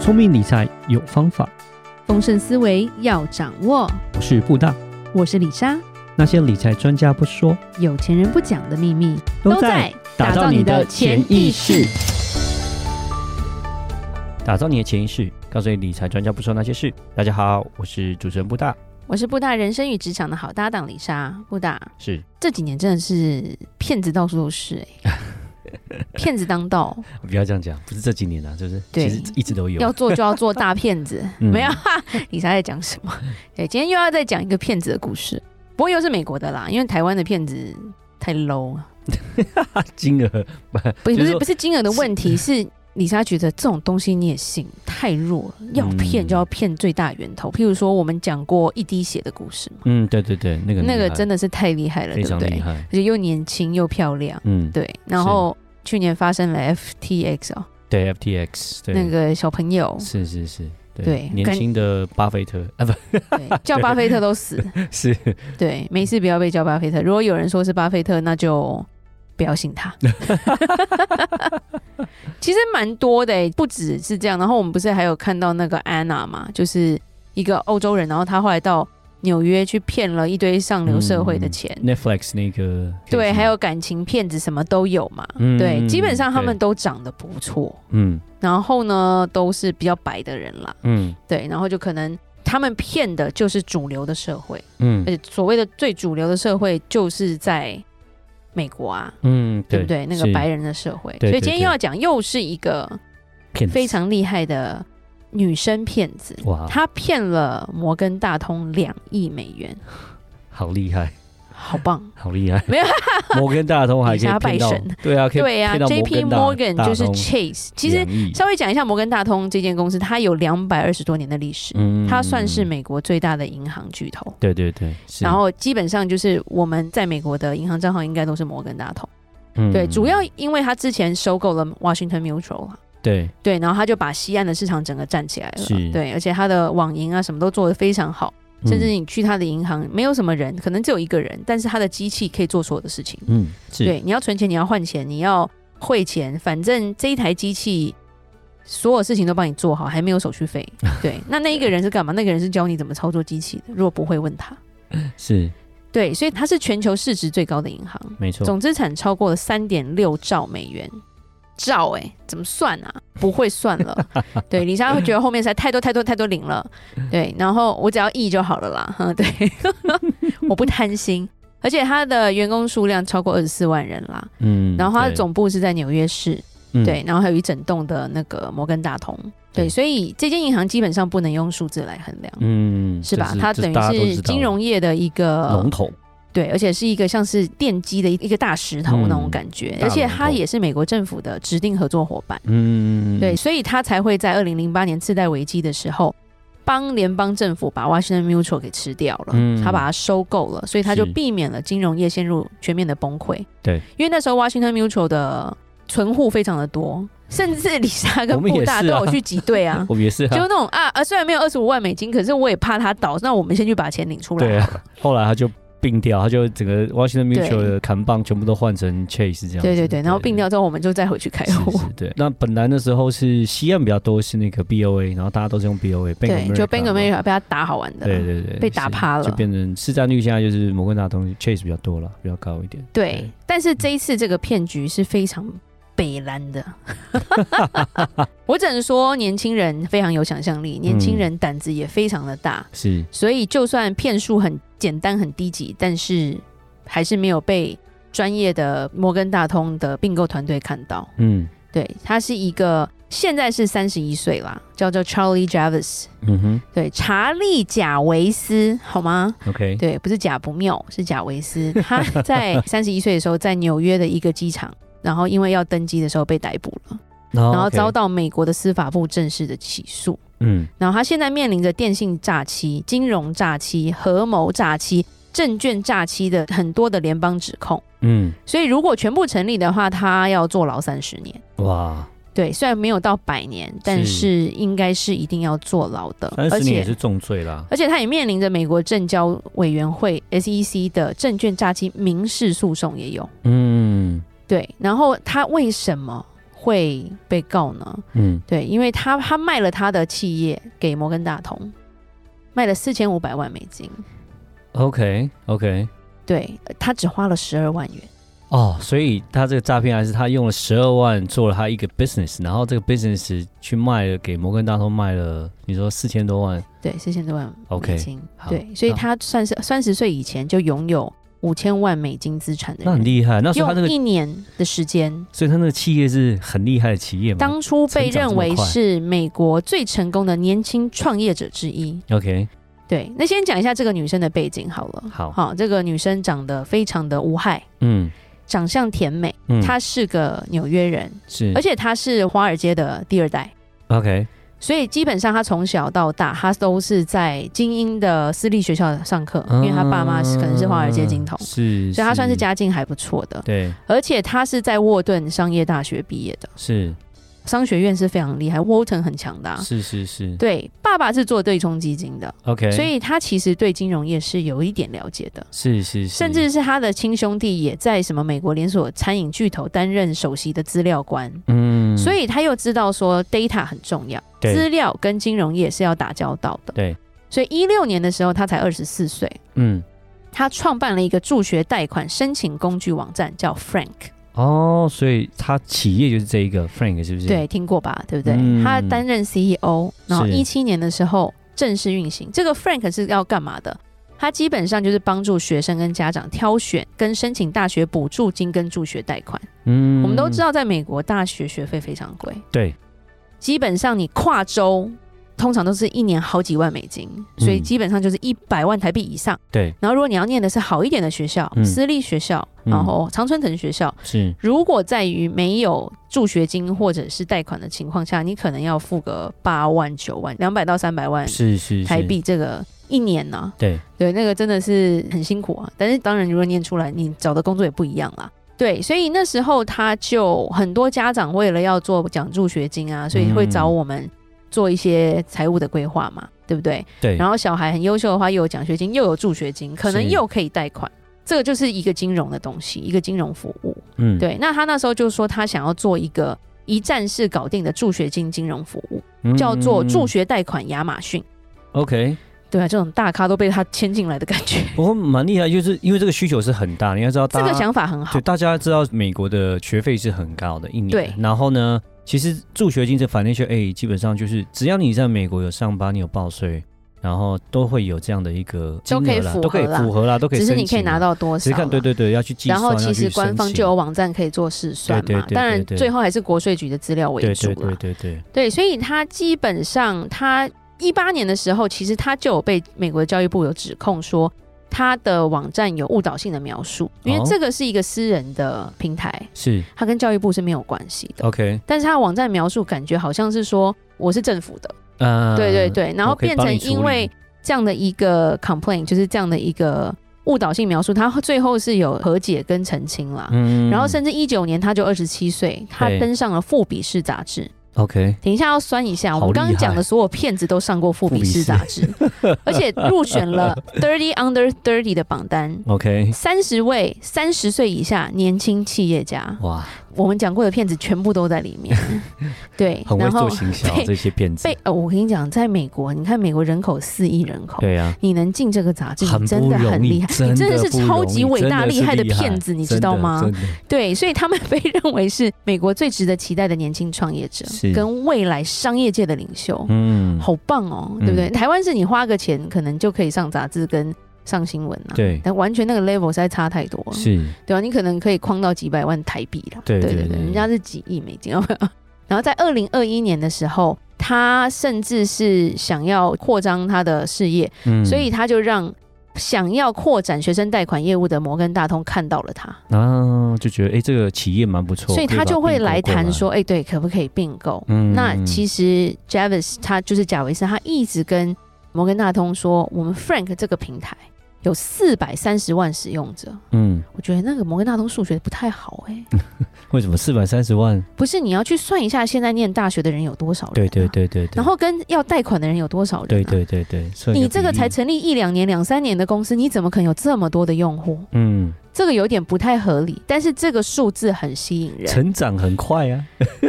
聪明理财有方法，丰盛思维要掌握。我是布大。我是李莎，那些理财专家不说，有钱人不讲的秘密打造你的潜意识。，打造你的潜意识，告诉你理财专家不说那些事。大家好，我是主持人布大。我是布大人生与职场的好搭档李莎。布大是这几年真的是骗子到处都是 哎、骗子当道，不要这样讲，不是这几年啊，就是对其实一直都有。要做就要做大骗子。 嗯没有，哈李莎在讲什么？对，今天又要再讲一个骗子的故事，不过又是美国的啦，因为台湾的骗子太 low 了。 金额不是就不是是说不是金额的问题，是李莎觉得这种东西你也信太弱了，要骗嗯就要骗最大源头。譬如说我们讲过一滴血的故事嘛，嗯，对对对，那个很那个厉害真的是太厉害了，非对不常厉对？害。而且又年轻又漂亮，嗯，对对。然后去年发生了 FTX 哦， ，FTX 对，那个小朋友是是是，对，对年跟轻的巴菲特啊，不对，叫巴菲特都死， 是对，没事不要被叫巴菲特。如果有人说是巴菲特，那就。不要信 他，其实蛮多的欸，不只是这样。然后我们不是还有看到那个安娜嘛，就是一个欧洲人，然后他后来到纽约去骗了一堆上流社会的嗯钱， Netflix 那个对， case 还有感情骗子什么都有嘛，嗯对，基本上他们对都长得不错，嗯然后呢都是比较白的人啦，嗯对，然后就可能他们骗的就是主流的社会，嗯而且呃所谓的最主流的社会就是在美国啊，嗯，对不对？那个是白人的社会，对所对以今天对又要讲又是一个骗子非常厉害的女生骗子，哇，她骗了摩根大通两亿美元，好厉害，好棒！好厉害， 没有摩根大通还可以下以拜骗到神，对啊，可以对呀、骗到 j p 摩根 Morgan 大就是通 Chase，其实两亿稍微讲一下摩根大通这间公司，它有两百二十多年的历史，嗯它算是美国最大的银行巨头。对对对，是然后基本上就是我们在美国的银行账号应该都是摩根大通，嗯对，主要因为他之前收购了 Washington Mutual 啦，对对，然后他就把西岸的市场整个站起来了是，嗯对，而且他的网银啊什么都做得非常好，甚至你去他的银行没有什么人，可能只有一个人，但是他的机器可以做所有的事情，嗯嗯是对，你要存钱，你要换钱，你要汇钱，反正这一台机器。所有事情都帮你做好，还没有手 续费。对，那那一个人是干嘛？那个人是教你怎么操作机器的。如果不会，问他。是对，所以它是全球市值最高的银行，没错，总资产超过了三点六兆美元。兆哎、怎么算啊？不会算 了。对，李莎会觉得后面实在太多太多太多零了。对，然后我只要亿就好了啦。 哼，对，我不贪心。而且它的员工数量超过二十四万人啦，嗯然后它的对总部是在纽约市，嗯对，然后还有一整栋的那个摩根大通，对，对所以这间银行基本上不能用数字来衡量，嗯是吧？这它这等大家都于知是道金融业的一个龙头，对，而且是一个像是奠基的一一个大石头那种感觉，嗯大而且龙头它也是美国政府的指定合作伙伴，嗯对，所以它才会在二零零八年次贷危机的时候，帮联邦政府把 Washington Mutual 给吃掉了，嗯他把它收购了，所以他就是避免了金融业陷入全面的崩溃。对，因为那时候 Washington Mutual 的存户非常的多，甚至李莎跟我们也布大是都啊。有去挤兑啊 我们也是就啊，那种啊啊，虽然没有二十五万美金，可是我也怕它倒，那我们先去把钱领出来。对啊，后来他就并掉，他就整个 Washington 对 Mutual 的砍棒全部都换成 Chase 这样子，对对对，然后并掉之后，我们就再回去开是户。是，对。那本来那时候是西岸比较多是那个 BOA，然后大家都是用 BOA，对，就 Bank Bank of of America 嘛。 America 被他打好玩的。对对对，被打是趴了就变成市占率现在就是摩根大通 Chase 比较多了，比较高一点。对但是这一次这个骗局是非常北蓝的。 我只能说，年轻人非常有想象力，年轻人胆子也非常的大，是所以就算骗术很简单、很低级，但是还是没有被专业的摩根大通的并购团队看到。嗯对，他是一个现在是三十一岁啦，叫做 Charlie Jarvis，嗯哼对，查理贾维斯，好吗？ ，OK，对，不是贾不妙，是贾维斯。他在 三十一岁的时候，在纽约的一个机场，然后因为要登机的时候被逮捕了，然后然后哦 OK，遭到美国的司法部正式的起诉。嗯然后他现在面临着电信诈欺、金融诈欺、合谋诈欺、证券诈欺的很多的联邦指控。嗯所以如果全部成立的话，他要坐牢三十年。哇，对，虽然没有到百年，但是是应该是一定要坐牢的，三而十年也且是重罪啦。而且他也面临着美国证交委员会 SEC 的证券诈欺民事诉讼也有。嗯对，然后他为什么会被告呢？嗯对，因为他他卖了他的企业给摩根大通，卖了四千五百万美金， ，OK OK，对他只花了十二万元。哦，所以他这个诈骗还是他用了十二万做了他一个 business，然后这个 business 去卖了给摩根大通卖了，你说四千多万，对，四千多万 OK，美金。好对，所以那他算是三十岁以前就拥有五千万美金资产的那很人，厉害。那所以他那用个，一年的时间，所以他那个企业是很厉害的企业嘛？当初被成长这认么为快是美国最成功的年轻创业者之一。 OK，对，那先讲一下这个女生的背景好了。好好，这个女生长得非常的无害，嗯长相甜美，嗯，她是个纽约人，是，而且她是华尔街的第二代， OK，所以基本上她从小到大，她都是在精英的私立学校上课，因为她爸妈是可能是华尔街金童嗯，啊是，所以她算是家境还不错的。对，而且她是在沃顿商业大学毕业的，是商学院是非常厉害，Wharton 很强大。是是是啊对，爸爸是做对冲基金的， ，OK，所以他其实对金融业是有一点了解的。是是，是甚至是他的亲兄弟也在什么美国连锁餐饮巨头担任首席的资料官，嗯，所以他又知道说 data 很重要，对资料跟金融业是要打交道的。对，所以一六年的时候他才二十四岁，嗯，他创办了一个助学贷款申请工具网站叫 Frank，哦，所以他起业就是这一个 Frank 是不是？对，听过吧？对不对？嗯他担任 CEO，然后是一七年的时候正式运行。这个 Frank 是要干嘛的？他基本上就是帮助学生跟家长挑选跟申请大学补助金跟助学贷款。嗯，我们都知道，道，在美国大学学费非常贵，对，基本上你跨州通常都是一年好几万美金，所以嗯基本上就是一百万台币以上。对，然后如果你要念的是好一点的学校，嗯私立学校，嗯然后常春藤学校，是，如果在于没有助学金或者是贷款的情况下，你可能要付个八万九万，两百到三百万是是嗯台是币这个。一年呢、对，对，那个真的是很辛苦啊。但是当然，如果念出来，你找的工作也不一样啦。对，所以那时候他就很多家长为了要做奖助学金啊，所以会嗯找我们做一些财务的规划嘛，对不对？对，然后后小孩很优秀的话，又有奖学金，又有助学金，可能是又可以贷款。这个就是一个金融的东西，一个金融服务。嗯，对，那他那时候就说他想要做一个一站式搞定的助学金金融服务，嗯叫做助嗯学贷款亚马逊。 OK，对啊，这种大咖都被他牵进来的感觉。不过蛮厉害，就是因为这个需求是很嗯大，你要知道， 这个想法很好对，，大家知道美国的学费是很高的，一年。对然后呢，其实助学金这 financial aid 基本上就是只要你在美国有上班，你有报税，然后都会有这样的一个金额啦，都都可可以以符合啦符合啦，都可以只申是请啦。啊你可以拿到多只是少啦。看，对对对，要去计然算。后其要去实官方申就有请网站可以做试算嘛，对对对当然对对最后还是国税局的资料为对主对啦。对对对，对所以他基本上他一八年的时候，其实他就有被美国教育部有指控说。他的网站有误导性的描述，因为哦这个是一个私人的平台，是它跟教育部是没有关系的。 OK，但是他的网站描述感觉好像是说我是政府的，呃，对对对，然后我可以变帮成你处因理为这样的一个 complaint，就是这样的一个误导性描述，他最后是有和解跟澄清啦。嗯然后甚至一九年他就二十七岁，他对登上了《富比士》杂志。 OK，等一下要酸一下，我好们厉刚刚讲的所有骗子都上过《富比士》杂志，而且入选 了 Thirty Under Thirty 的榜单。 OK，三十位三十岁以下年轻企业家，哇，我们讲过的骗子全部都在 里面。对，很会然后做行销被这些骗子被，呃，我跟你讲，在美国，你看美国人口四亿人口，对呀，你能进这个杂志，很你真不的很容易厉害，，你真的是不容超级易伟真大的厉是害的厉害骗子，你知真道的吗真？的对，所以他们被认为是美国最值得期待的年轻创业者是，跟未来商业界的领袖，嗯，好棒哦，对不对？台湾是你花个钱，可能就可以上杂志跟上新闻啊。对但完全那个 level 实在差太多了，是对啊，你可能可以框到几百万台币啦。对对对对人家是几亿美金，有没有 然后在二零二一年的时候，他甚至是想要扩张他的事业，嗯所以他就让想要扩展学生贷款业务的摩根大通看到了他，啊，就觉得哎、诶这个企业蛮不错，所以他就会来谈说，可哎、对，可不可以并购？以把并购过来，嗯那其实实 Javis 他就是贾维斯，他一直跟摩根大通说，我们 Frank 这个平台有四百三十万使用者。嗯，我觉得那个摩根大通数学不太好哎、为什么四百三十万？不是你要去算一下现在念大学的人有多少人、啊对对，对对对，然后跟要贷款的人有多少人、啊，对对对对，算一你这个比例才成立一两年、两三年的公司，你怎么可能有这么多的用户？嗯这个有点不太合理，但是这个数字很吸引人，成长很快啊！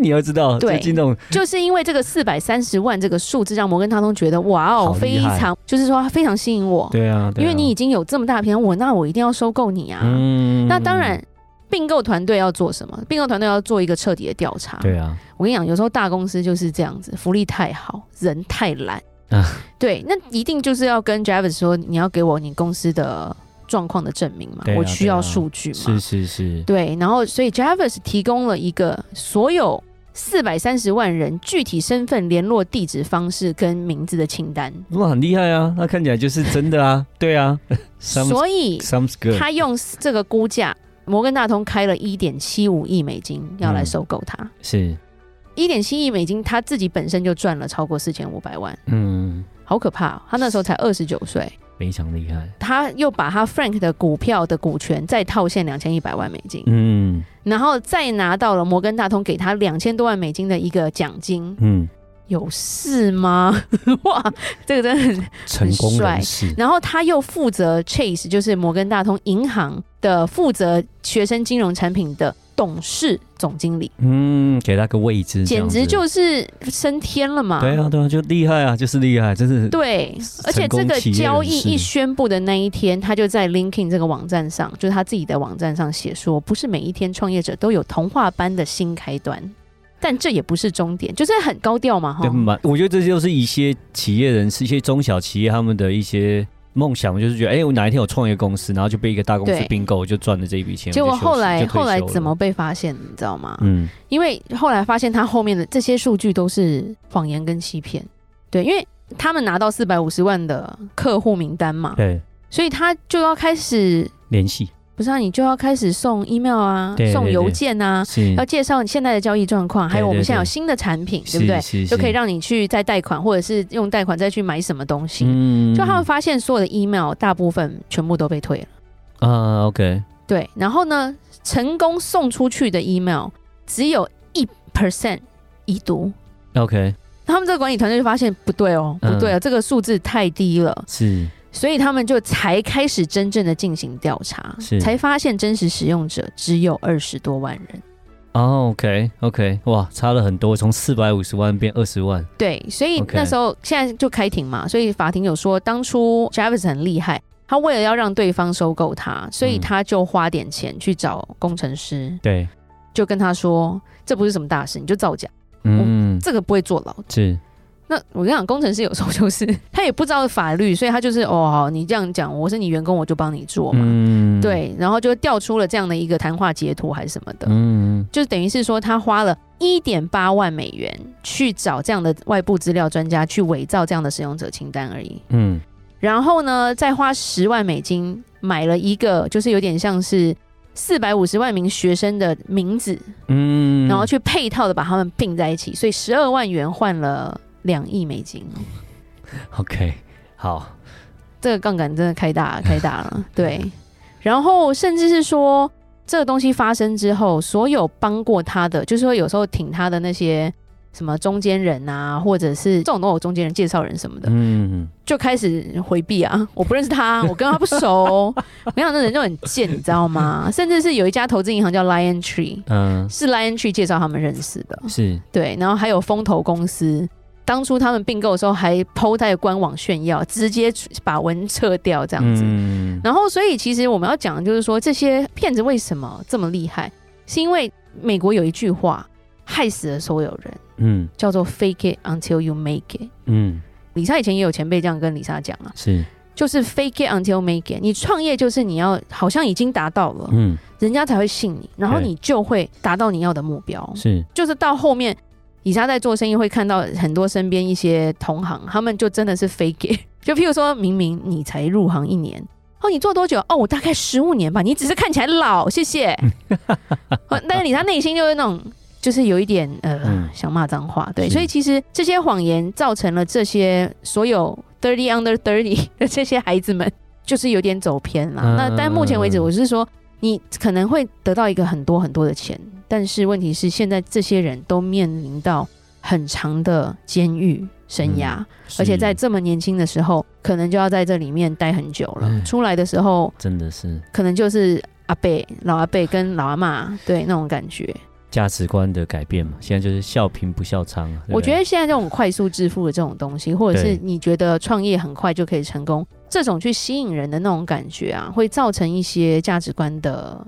你要知道，对哦最近那种就是因为这个四百三十万这个数字，让摩根大通觉得哇哦，好非厉害常就是说非常吸引我，对啊，对啊因为你已经有这么大的篇，我那我一定要收购你啊。嗯那当然，并购团队要做什么？并购团队要做一个彻底的调查。对啊，我跟你讲，有时候大公司就是这样子，福利太好，人太懒。啊对，那一定就是要跟 Javis 说，你要给我你公司的状况的证明嘛，对啊我需对要啊数据嘛。是是是，对，然后所以 Javis 提供了一个所有四百三十万人具体身份、联络地址、方式跟名字的清单，哇，很厉害啊！那看起来就是真的啊，对啊，sounds 所以 sounds good，他用这个估价，摩根大通开了一点七五亿美金要来嗯收购它，是一点七亿美金他自己本身就赚了超过四千五百万，嗯，好可怕、哦！他那时候才二十九岁，非常厉害，他又把他 Frank 的股票的股权再套现两千一百万美金，嗯然后再拿到了摩根大通给他两千多万美金的一个奖金，嗯，有事吗？ 哇，这个真的很。成功帅人士，然后他又负责 Chase，就是摩根大通银行的负责学生金融产品的董事总经理，嗯，给他个位置，这简样直子就是升天了嘛！对啊对啊，就厉害啊，就是厉害，真是对成而且这个功企业交人易士一宣布的那一天，他就在 LinkedIn 这个网站上，就是他自己的网站上写说，不是每一天创业者都有童话般的新开端，但这也不是终点，就是很高调嘛，哈对。蛮，我觉得这就是一些企业人士、一些中小企业他们的一些梦想，就是觉得，哎、我哪一天我创业公司，然后就被一个大公司对并购，我就赚了这一笔钱。结我果就休息后来就退后来休了怎么被发现，你知道吗？嗯，因为后来发现他后面的这些数据都是谎言跟欺骗，对，因为他们拿到四百五十万的客户名单嘛，对，所以他就要开始，联系不是啊，你就要开始送 email 啊，对对送对邮件啊，是要介绍你现在的交易状况，还有嗯对对我们现在有对新的产品，对是不对？是就可是以让你去再贷款，或者是用贷款再去买什么东西。嗯就他们发现所有的 email 大部分全部都被退了。啊，OK，对，然后呢，成功送出去的 email 只有一 percent 已读。 OK，他们这个管理团队就发现不对哦，不嗯对啊，这个数字太低了，是所以他们就才开始真正的进行调查是，才发现真实使用者只有二十多万人。哦，OK，OK，、哇，差了很多，从四百五十万变二十万，对，所以 OK 那时候现在就开庭嘛，所以法庭有说，当初 Travis 很厉害，他为了要让对方收购他，所以嗯他就花点钱去找工程师，对，就跟他说，这不是什么大事，你就造假，嗯，这个不会坐牢。是那我跟你讲，工程师有时候就是他也不知道法律，所以他就是哦，好，你这样讲，我是你员工，我就帮你做嘛。嗯，对，然后就调出了这样的一个谈话截图还是什么的，嗯，就是等于是说他花了一点八万美元去找这样的外部资料专家去伪造这样的使用者清单而已。嗯然后呢，再花十万美金买了一个，就是有点像是四百五十万名学生的名字，嗯，然后去配套的把他们并在一起，所以十二万元换了两亿美金。 OK，好，这个杠杆真的开大了，开大了，对。然后甚至是说，这个东西发生之后，所有帮过他的，就是说有时候挺他的那些什么中间人啊，或者是这种都有中间人、介绍人什么的，嗯，就开始回避啊。我不认识他，我跟他不熟。没想到那人就很贱，你知道吗？甚至是有一家投资银行叫 Lion Tree，嗯、是 Lion Tree 介绍他们认识的。是，对，然后还有风投公司，当初他们并购的时候还 PO 在官网炫耀，直接把文撤掉这样子。嗯然后，所以其实我们要讲的就是说，这些骗子为什么这么厉害，是因为美国有一句话害死了所有人，嗯叫做 “fake it until you make it”。嗯，李莎以前也有前辈这样跟李莎讲啊，是，就是 “fake it until make it”。你创业就是你要好像已经达到了，嗯人家才会信你，然后对你就会达到你要的目标。是，就是到后面，以莎在做生意会看到很多身边一些同行，他们就真的是 fake it。就 譬如说明明你才入行一年，哦，你做多久？哦，我大概十五年吧。你只是看起来老，谢谢。 哦但是李莎内心就是那种，就是有一点呃、嗯想骂脏话，对。是所以其实这些谎言造成了这些所有 thirty under thirty 的这些孩子们，就是有点走偏啦。嗯那但目前为止，嗯嗯我是说你可能会得到一个很多很多的钱，但是问题是，现在这些人都面嗯临到很长的监狱生涯，而且在这么年轻的时候可能就要在这里面待很久了。嗯出来的时候，真的是可能就是阿贝、老阿贝跟老阿妈，对那种感觉。价值观的改变嘛，现在就是笑贫不笑娼啊。对不我觉对得现在这种快速致富的这种东西，或者是对你觉得创业很快就可以成功，这种去吸引人的那种感觉啊，会造成一些价值观的，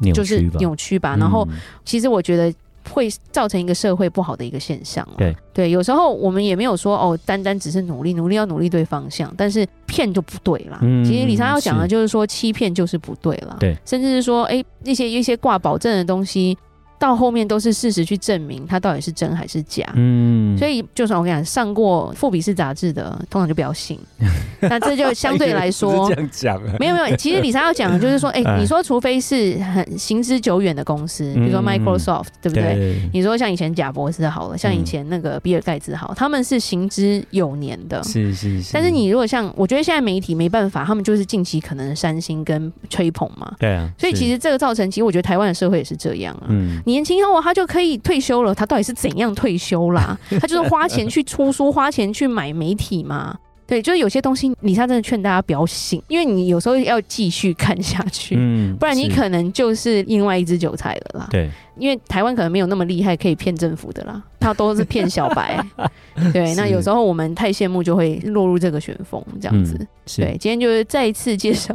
扭就是曲吧，扭曲啊吧。然后嗯其实我觉得会造成一个社会不好的一个现象啦对有时候我们也没有说哦，单单只是努力，努力要努力对方向，但是骗就不对啦。嗯其实李莎要讲的是就是说，欺骗就是不对啦。对，甚至是说，哎、一些一些挂保证的东西，到后面都是事实去证明它到底是真还是假。嗯，所以以，就算我跟你讲，上过《富比士》杂志的，通常就不 要信。那这就相对来说，这样讲 啊，没有没有，其实李莎要讲的就是说，哎、哎你说除非是很行之久远的公司，比如说嗯 Microsoft，、对不对？对，嗯你说像以前贾博士好了，像以前那个比尔盖茨好，他们是行之有年的。是是是。但是你如果像，我觉得现在媒体没办法，他们就是近期可能三星跟吹捧嘛，对啊，所以是其实这个造成，其实我觉得台湾的社会也是这样啊。嗯，年轻后他就可以退休了，他到底是怎样退休 啦？他就是花钱去出书，花钱去买媒体嘛。对，就是有些东西，李莎真的劝大家不要信，因为你有时候要继续看下去，嗯，不然你是可能就是另外一只韭菜了啦。对因为台湾可能没有那么厉害可以骗政府的啦，他都是骗小 白。对，那是有时候我们太羡慕就会落入这个旋风这样子。嗯是对，今天就是再一次介绍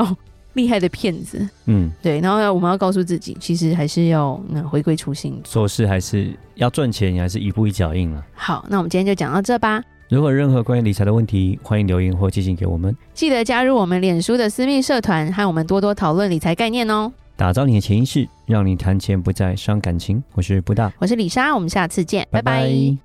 厉害的骗子。嗯，对，然后要我们要告诉自己，其实还是要嗯回归初心。做事还是要赚钱，你还是一步一脚印了。好，那我们今天就讲到这吧。如果有任何关于理财的问题，欢迎留言或寄信给我们。记得加入我们脸书的私密社团，和我们多多讨论理财概念哦。打造你的潜意识，让你谈钱不再伤感情。我是布大，我是李莎，我们下次见，拜拜拜